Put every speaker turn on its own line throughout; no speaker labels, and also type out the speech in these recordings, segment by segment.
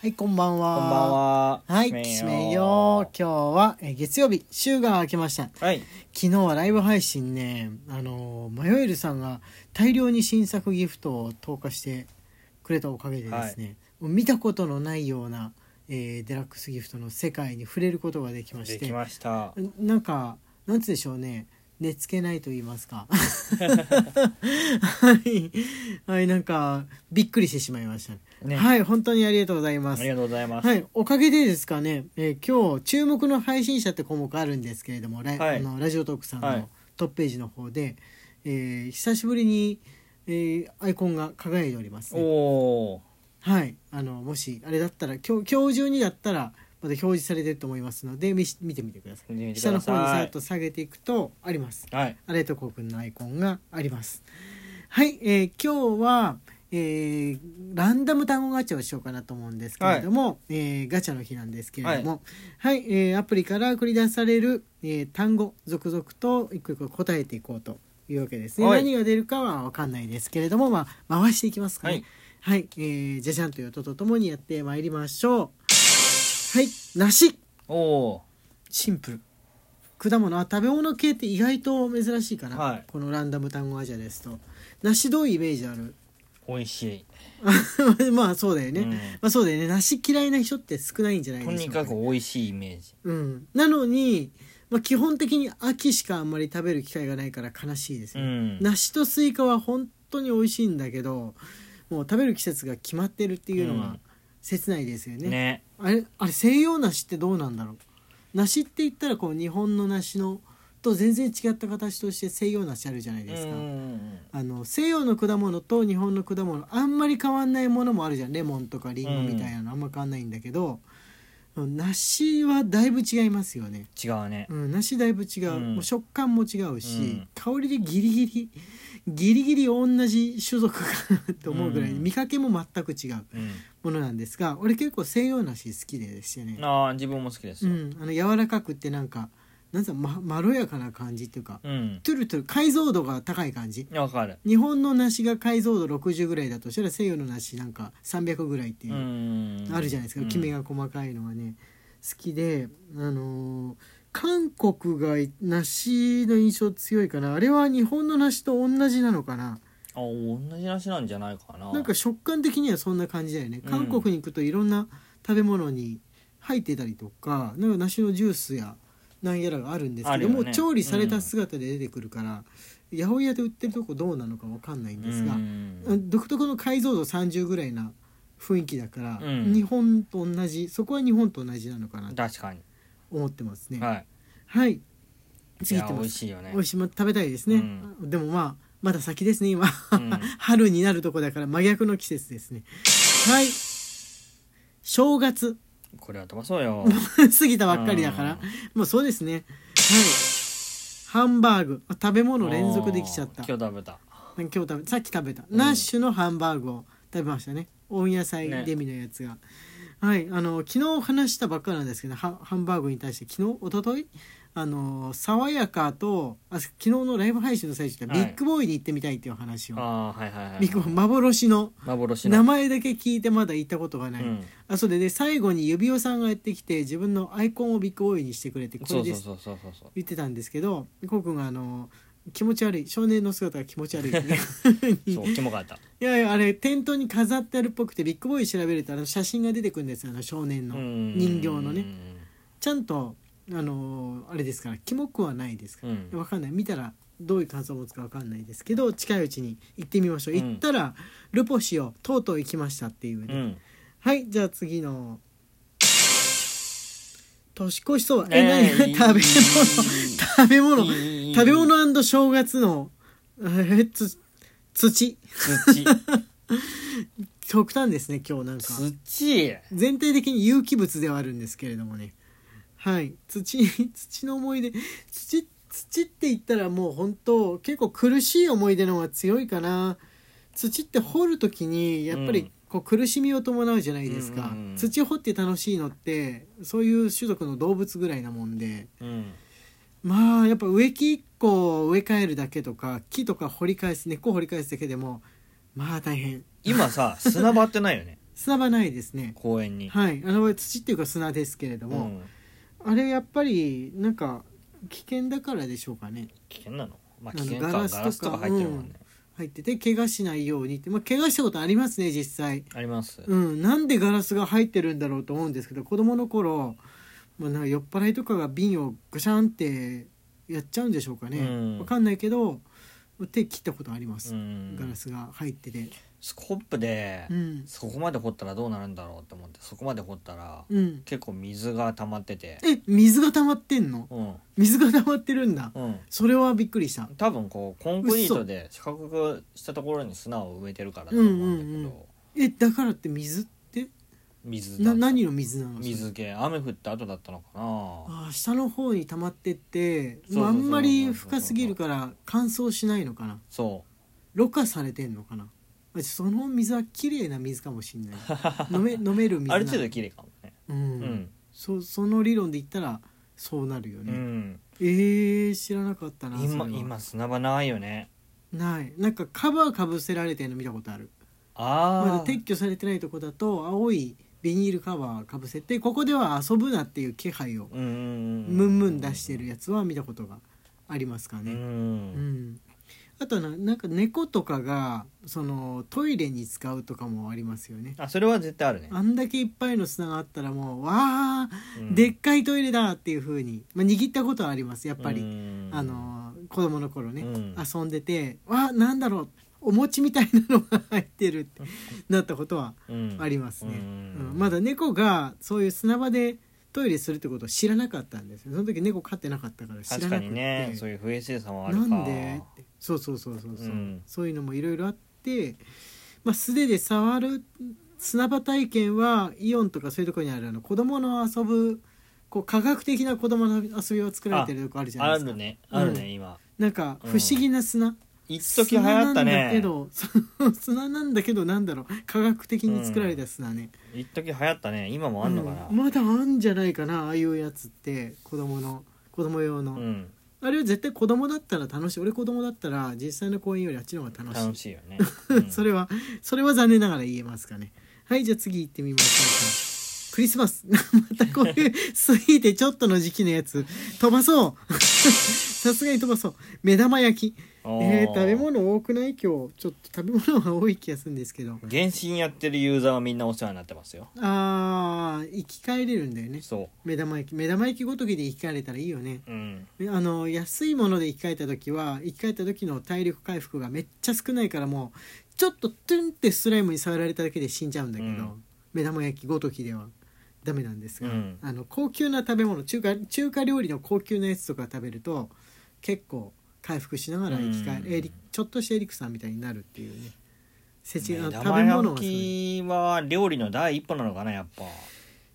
はい、こんばんは。
こんばんは。
はい、きしめんよ。今日は、えー月曜日、週が明けました。
はい。
昨日はライブ配信ね、あのー、マヨエルさんが大量に新作ギフトを投下してくれたおかげでですね、もう見たことのないような、えーデラックスギフトの世界に触れることができまし
で
て、
きました。
なんか、なんつうでしょうね、寝つけないと言います か。 はい、はい、なんか、びっくりしてしまいました。
ね
はい、本当にありがとうございま
あ
す
り。がとうございます。
はい、おかげでですかね、えー今日注目の配信者って項目あるんですけれども、ライ
はい
あのラジオトークさん
はい
のトップページの方で、えー久しぶりに、えーアイコンが輝いております、
お
ね、
お
はいあのもしあれだったら今日今日中にだったらまだ表示されてると思いますので見し見てみてください
見てみて
下
く
の
だ
方
さい
にさーっと下げていくとあります
ー。はい。
アレトコ君のアイコンがあります。はい、えー今日は、えーランダム単語ガチャをしようかなと思うんですけれども、えーガチャの日なんですけれども、はい、えーアプリから繰り出される、えー単語続々と一個一個答えていこうというわけですね。
はい
何が出るかはわかんないですけれども、まあ回していきますかね。
はい
はい、えーじゃじゃんという音とともにやってまいりましょう。はい、梨。
おお
シンプル果物は食べ物系って意外と珍しいかな、
はい
このランダム単語アジャですと梨どういうイメージある
ー。美味し
まあそうだよね、
うん。
まあそうだよね梨嫌いな人って少ないんじゃないい
と
で
に
しょうか、
かく美味しいイメージ。
うん、なのに、まあ、基本的に秋しかあんまり食べる機会がないから悲しいです
う
よ、
ん。
梨とスイカは本当に美味しいんだけどもう食べる季節が決まってるっていうの
う
が
ん
切ないですよね、
ね。
あれあれ西洋梨ってどうなんだろう梨って言ったらこう日本の梨のと全然違った形として西洋梨あるじゃないですか、
うん
あの西洋の果物と日本の果物あんまり変わんないものもあるじゃんレモンとかリンゴみたいなのあんま変わんないんだけど、梨はだいぶ違いますよね、
違うね
う。ん、梨だいぶ違う,、
うん
もう食感も違うし、
うん
香りでギリギリギリギリ同じ種族かなって思うぐらい、
うん
見かけも全く違う
うん。
ものなんですが俺結構西洋梨好きででしてね、
ああ、自分も好きです
う
よ。
ん、あの柔らかくってなんかなんつうのままろやかな感じっていうか、
うん。
トゥルトゥル解像度が高い感じ
わかる。
日本の梨が解像度60ぐらいだとしたら西洋の梨なんか300ぐらいっていうう、
ん。
あるじゃないですか
うん
きめ。が細かいのがね好きで、あのー韓国が梨の印象強いかなあれは日本の梨と同じなのかな
あ、同じ梨なんじゃないかな。
なんか食感的にはそんな感じだよね
うん
韓国に行くといろんな食べ物に入ってたりとかなんか梨のジュースやなんやらがあるんです
あ
け
る
ど
よね
もう調理された姿で出てくるから、八百屋で売ってるとこどうなのかわかんないんですが
う、。
うんん独特の解像度30ぐらいな雰囲気だから、
うん
日本と同じそこは日本と同じなのかなと
確かに。
思ってますね。
はい。
はい
い
次行
や
って
美
ま
味
す
しいよね
美。味しいもの食べたいですね、
う
でもまあまだ先ですね今、
うん
春になるとこだから真逆の季節ですねはい正月
これは飛ばそうよ。
過ぎたばっかりだから
うん
もうそうですねはいハンバーグあ食べ物連続できちゃった
あー今日食べた。
今日食べさっき食べた、
うん
ナッシュのハンバーグを食べましたね温野菜
ね
デミのやつが、はいあの昨日話したばっかなんですけどハハンバーグに対して昨日一昨日あの爽やかとあ昨日のライブ配信の最中でビ
はい
ッグボーイに行ってみたいっていう話を、
ああー、はいはいはい。
ビッグボーイ幻の
幻の
名前だけ聞いてまだ行ったことがない、
うん
あそうでで最後に指輪さんがやってきて自分のアイコンをビッグボーイにしてくれてこ
そ
れ
うそ
で
う
す
そうそうそうそう
言ってたんですけどこうくんがあの気持ち悪い少年の姿が気持ち悪いって ね
そうキモかった
いやいやあれ店頭に飾ってあるっぽくてビッグボーイ調べるとあの写真が出てくるんですよあの少年の
うん
人形のねちゃんとあのーあれですからキモくはないですか
う
ら、
ん
わかんない見たらどういう感想を持つかわかんないですけど近いうちに行ってみましょう
うん
行ったらルポシオとうとう行きましたっていう、
うん
はいじゃあ次の年越しそばえ
えー
何食べ物 食べ物
いい
食べ物正月のえーつ土
土
極端ですね今日なんか
土
全体的に有機物ではあるんですけれどもねはい土土の思い出土土って言ったらもう本当結構苦しい思い出の方が強いかな土って掘る時にやっぱ
う
り
ん
こう苦しみを伴うじゃないですか、
うんうんうん
土掘って楽しいのってそういう種族の動物ぐらいなもんで
うん
まあやっぱ植木1個を植え替えるだけとか木とか掘り返す根っこを掘り返すだけでもまあ大変
今さ砂場ってないよね
スタバないですね
公園に、
はいあの土っていうか砂ですけれど
う
も、
ん、
あれやっぱりなんか危険だからでしょうかね
危険なのまあ
あの
危険か
ガ
ガ
ラ
ラ
ス
ス
とか
とか入ってるもんね、
入ってて怪我しないようにって、まあ、怪我したことありますね実際
あります、
うん、なんでガラスが入ってるんだろうと思うんですけど子供の頃、まあ、なんか酔っ払いとかが瓶をぐしゃんってやっちゃうんでしょうかね、わ
うん
かんないけど手切ったことありま
う
す、
ん
ガラスが入ってて
スコップで、
うん、
そこまで掘ったらどうなるんだろうと思ってそこまで掘ったら、
うん、
結構水が溜まってて
え水が溜まってんの
うん
水が溜まってるんだ
うん
それはびっくりした
多分こうコンクリートで四角くしたところに砂を埋めてるからだと
う
思
ん
うんだけど、
うんえだからって水って
水だ
な何の水なのそれ
水系雨降った後だったのかな
あー下の方に溜まってっ
そ
て
うそうそう
まああんまり深すぎるから乾燥しないのかな
そ
ろ過されてんのかなその水は綺麗な水かもしんない 飲め飲める
う
水な
ある程度綺麗かもね
うん、
うん
そその理論で言ったらそうなるよ
う
ね、
ん、
えー、知らなかったな
今
それは
今砂場ないよね
ないなんかカバーかぶせられてるの見たことあるま
あ
だ
あ、
撤去されてないとこだと青いビニールカバーかぶせてここでは遊ぶなっていう気配を
うんうんうん
ムンムン出してるやつは見たことがありますか
う
ね、うんん、あとはななんか猫とかがそのトイレに使うとかもありますよね
あそれは絶対あるね、
あんだけいっぱいの砂があったらもう「わあ
うん
でっかいトイレだ!」っていう風に、まあ、握ったことはありますやっぱり、
うん
あのー子供の頃ね、
うん
遊んでて「わあなんだろうお餅みたいなのが入って る」ってなったことは
うん
あります
う
ね、
ん
うんまだ猫がそういう砂場でトイレするってことを知らなかったんですよその時猫飼ってなかったから知らな
確
くて
かにねそういう不衛生さもある
な
か
んでってそうそうそうそうそう、
うん
そういうのもいろいろあって、まあ、素手で触る砂場体験はイオンとかそういうところにあるあの子供の遊ぶこう科学的な子供の遊びを作られてるとこあるじゃない
あ
ですか
るねあるね、
うん
今
なんか不思議な砂、
一時流行った
砂なんだけ
ね
どそう砂なんだけどなんだろう科学的に作られた砂ね、
一時流行ったね今もあんのかな
うんまだあんじゃないかなああいうやつって子供の子供用の、
うん、
あれは絶対子供だったら楽しい俺子供だったら実際の公園よりあっちの方が楽しい
楽しいよね、うん
それはそれは残念ながら言えますかねはいじゃあ次行ってみましょうかクリスマス またこういう過ぎてちょっとの時期のやつ飛ばそう さすがに飛ばそう目玉焼き
おー
えー、食べ物多くない今日ちょっと食べ物が多い気がするんですけど
原神やってるユーザーはみんなお世話になってますよ
あー生き返れるんだよね
そ
目玉焼き目玉焼きごときで生き返れたらいいよね
ううん
あの安いもので生き返った時は生き返った時の体力回復がめっちゃ少ないからもうちょっとトゥンってスライムに触られただけで死んじゃうんだけど、
うん
目玉焼きごときではダメなんですが、
うん
あの高級な食べ物中華中華料理の高級なやつとか食べると結構回復しながら生き返る、
うん
エリちょっとしたエリックさんみたいになるっていうねせちあの
目
食べ
玉
物
焼
はすごい
きは料理の第一歩なのかなやっぱ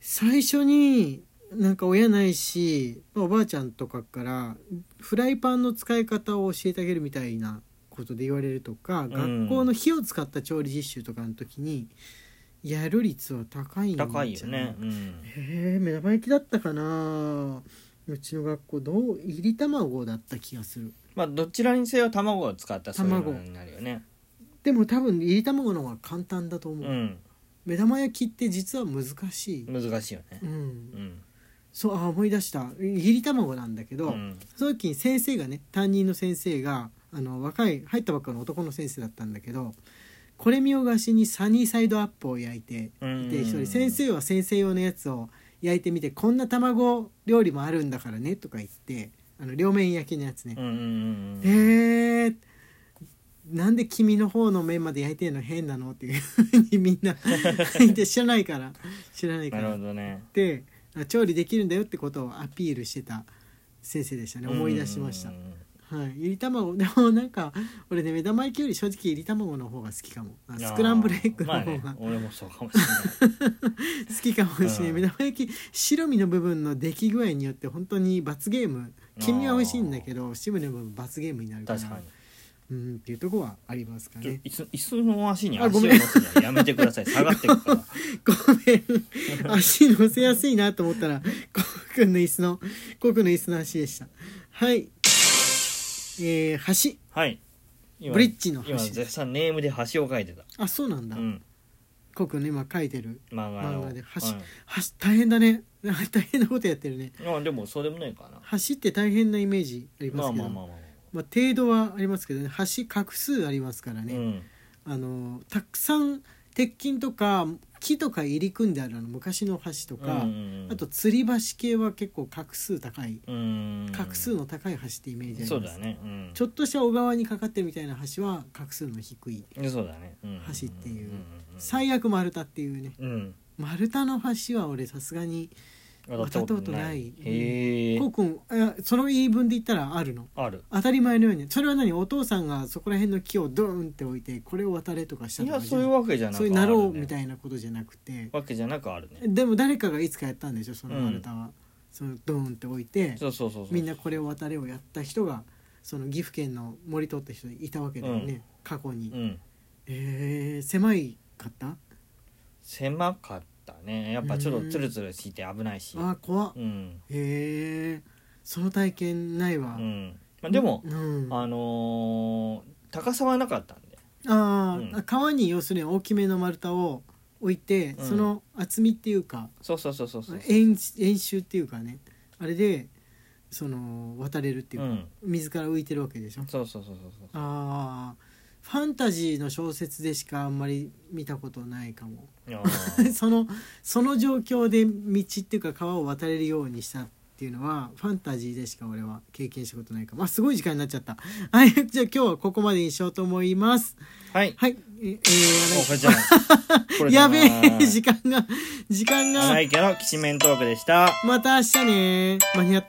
最初になんか親ないしおばあちゃんとかからフライパンの使い方を教えてあげるみたいなことで言われるとか、
ん
学校の火を使った調理実習とかの時にやる率は高いんじゃない
高いよねうん、
へえ目玉焼きだったかなうちの学校どう入り卵だった気がする
まあどちらにせよ卵を使ったそういうのになるよね
でも多分入り卵の方が簡単だと
う
思う、
ん
目玉焼きって実は難しい、
難しいよね
うん
うん
そうあ思い出した入り卵なんだけど、
うん
その時に先生がね担任の先生があの若い入ったばっかの男の先生だったんだけどこれ見よがしにサニーサイドアップを焼いて
うん
で一人先生は先生用のやつを焼いてみてこんな卵料理もあるんだからねとか言ってあの両面焼きのやつね
うんうんうんうん
へえなんで君の方の面まで焼いてんの変なのっていうふうにみんな 言って知らないから知らないか
なる
ら
ほどね
で調理できるんだよってことをアピールしてた先生でしたね思い出しました
うんうんうん
はい、ゆり卵 でもなんか俺ね目玉焼きより正直ゆり卵の方が好きかもあスクランブルエッグの
まあ
方
ね
が好
俺もそうかもしれない
きかもしれない、
うん
目玉焼き白身の部分の出来具合によって本当に罰ゲーム黄身は美味しいんだけど白身の部分罰ゲームになるから
確かに
うんって いうとこはありますか
ちょ
ね
椅子椅子の足に
あ
足
ご
を
めん
乗せないやめてください下がってくから
ごめん足乗せやすいなと思ったらこうくんの椅子のこうくんの椅子の足でしたはいえー、橋
はい今
ブリッジの橋
今絶賛ネームで橋を書いてた
あそうなんだ、
うん
コウ君の今書いてる
漫画の
漫画で走
うん
はし大変だね 大変なことやってるね
まあでもそうでもないかな
走って大変なイメージありま
ますあ
けど、
ま
ま
あ
あ
まあまあ、
程度はありますけどね橋画数ありますから
う
ね、
ん
あのたくさん鉄筋とか木とか入り組んであるあの昔の橋とか、あと吊り橋系は結構画数高い画
画
数の高い橋ってイメージあります
そうだね、うん、
ちょっとした小川にかかってるみたいな橋は画数の低い
そうだね、うん
橋っていう
最
最悪丸太っていうね
うん
丸太の橋は俺さすがに
渡ったことない
渡ったことない
へえ
こうくんえその言い分で言ったらあるの
ある
当たり前のようにそれは何お父さんがそこら辺の木をドーンって置いてこれを渡れとかした
い
とか
や
じ
そ
ゃ
ういう
な
わけじゃ
い
なく
そういうなろうみ
い
たいなことじゃなくて
わけじゃなくあるね
でも誰かがいつかやったんでしょその丸太は、そのドーンって置いて
そうそうそうそう
みんなこれを渡れをやった人がその岐阜県の森取った人いたわけだよね、
うん
過去に、
うん
えー、狭いかった
狭かったねやっぱちょっ
うん
とツルツルしてて危ないし
あー怖っ
うん
へえその体験ないわ、
うんまあでも
うん、あ
あのー高さはなかったんで
あー、
うん
川に要するに大きめの丸太を置いて、
うん
その厚みっていうか
そうそうそうそうそう
円円周っていうかねあれでその渡れるっていう
う
か、
ん
水から浮いてるわけでしょ
そうそうそうそう そう
あーファンタジーの小説でしかあんまり見たことないかも
いやー
そのその状況で道っていうか川を渡れるようにしたっていうのはファンタジーでしか俺は経験したことないかもあすごい時間になっちゃった はいじゃあ今日はここまでにしようと思います
はい
はいええー
おこれじゃないこれじ
や
ゃ
べ
ない
え時間が時間が
ないけどきしめんトークでした
また明日ね間に合った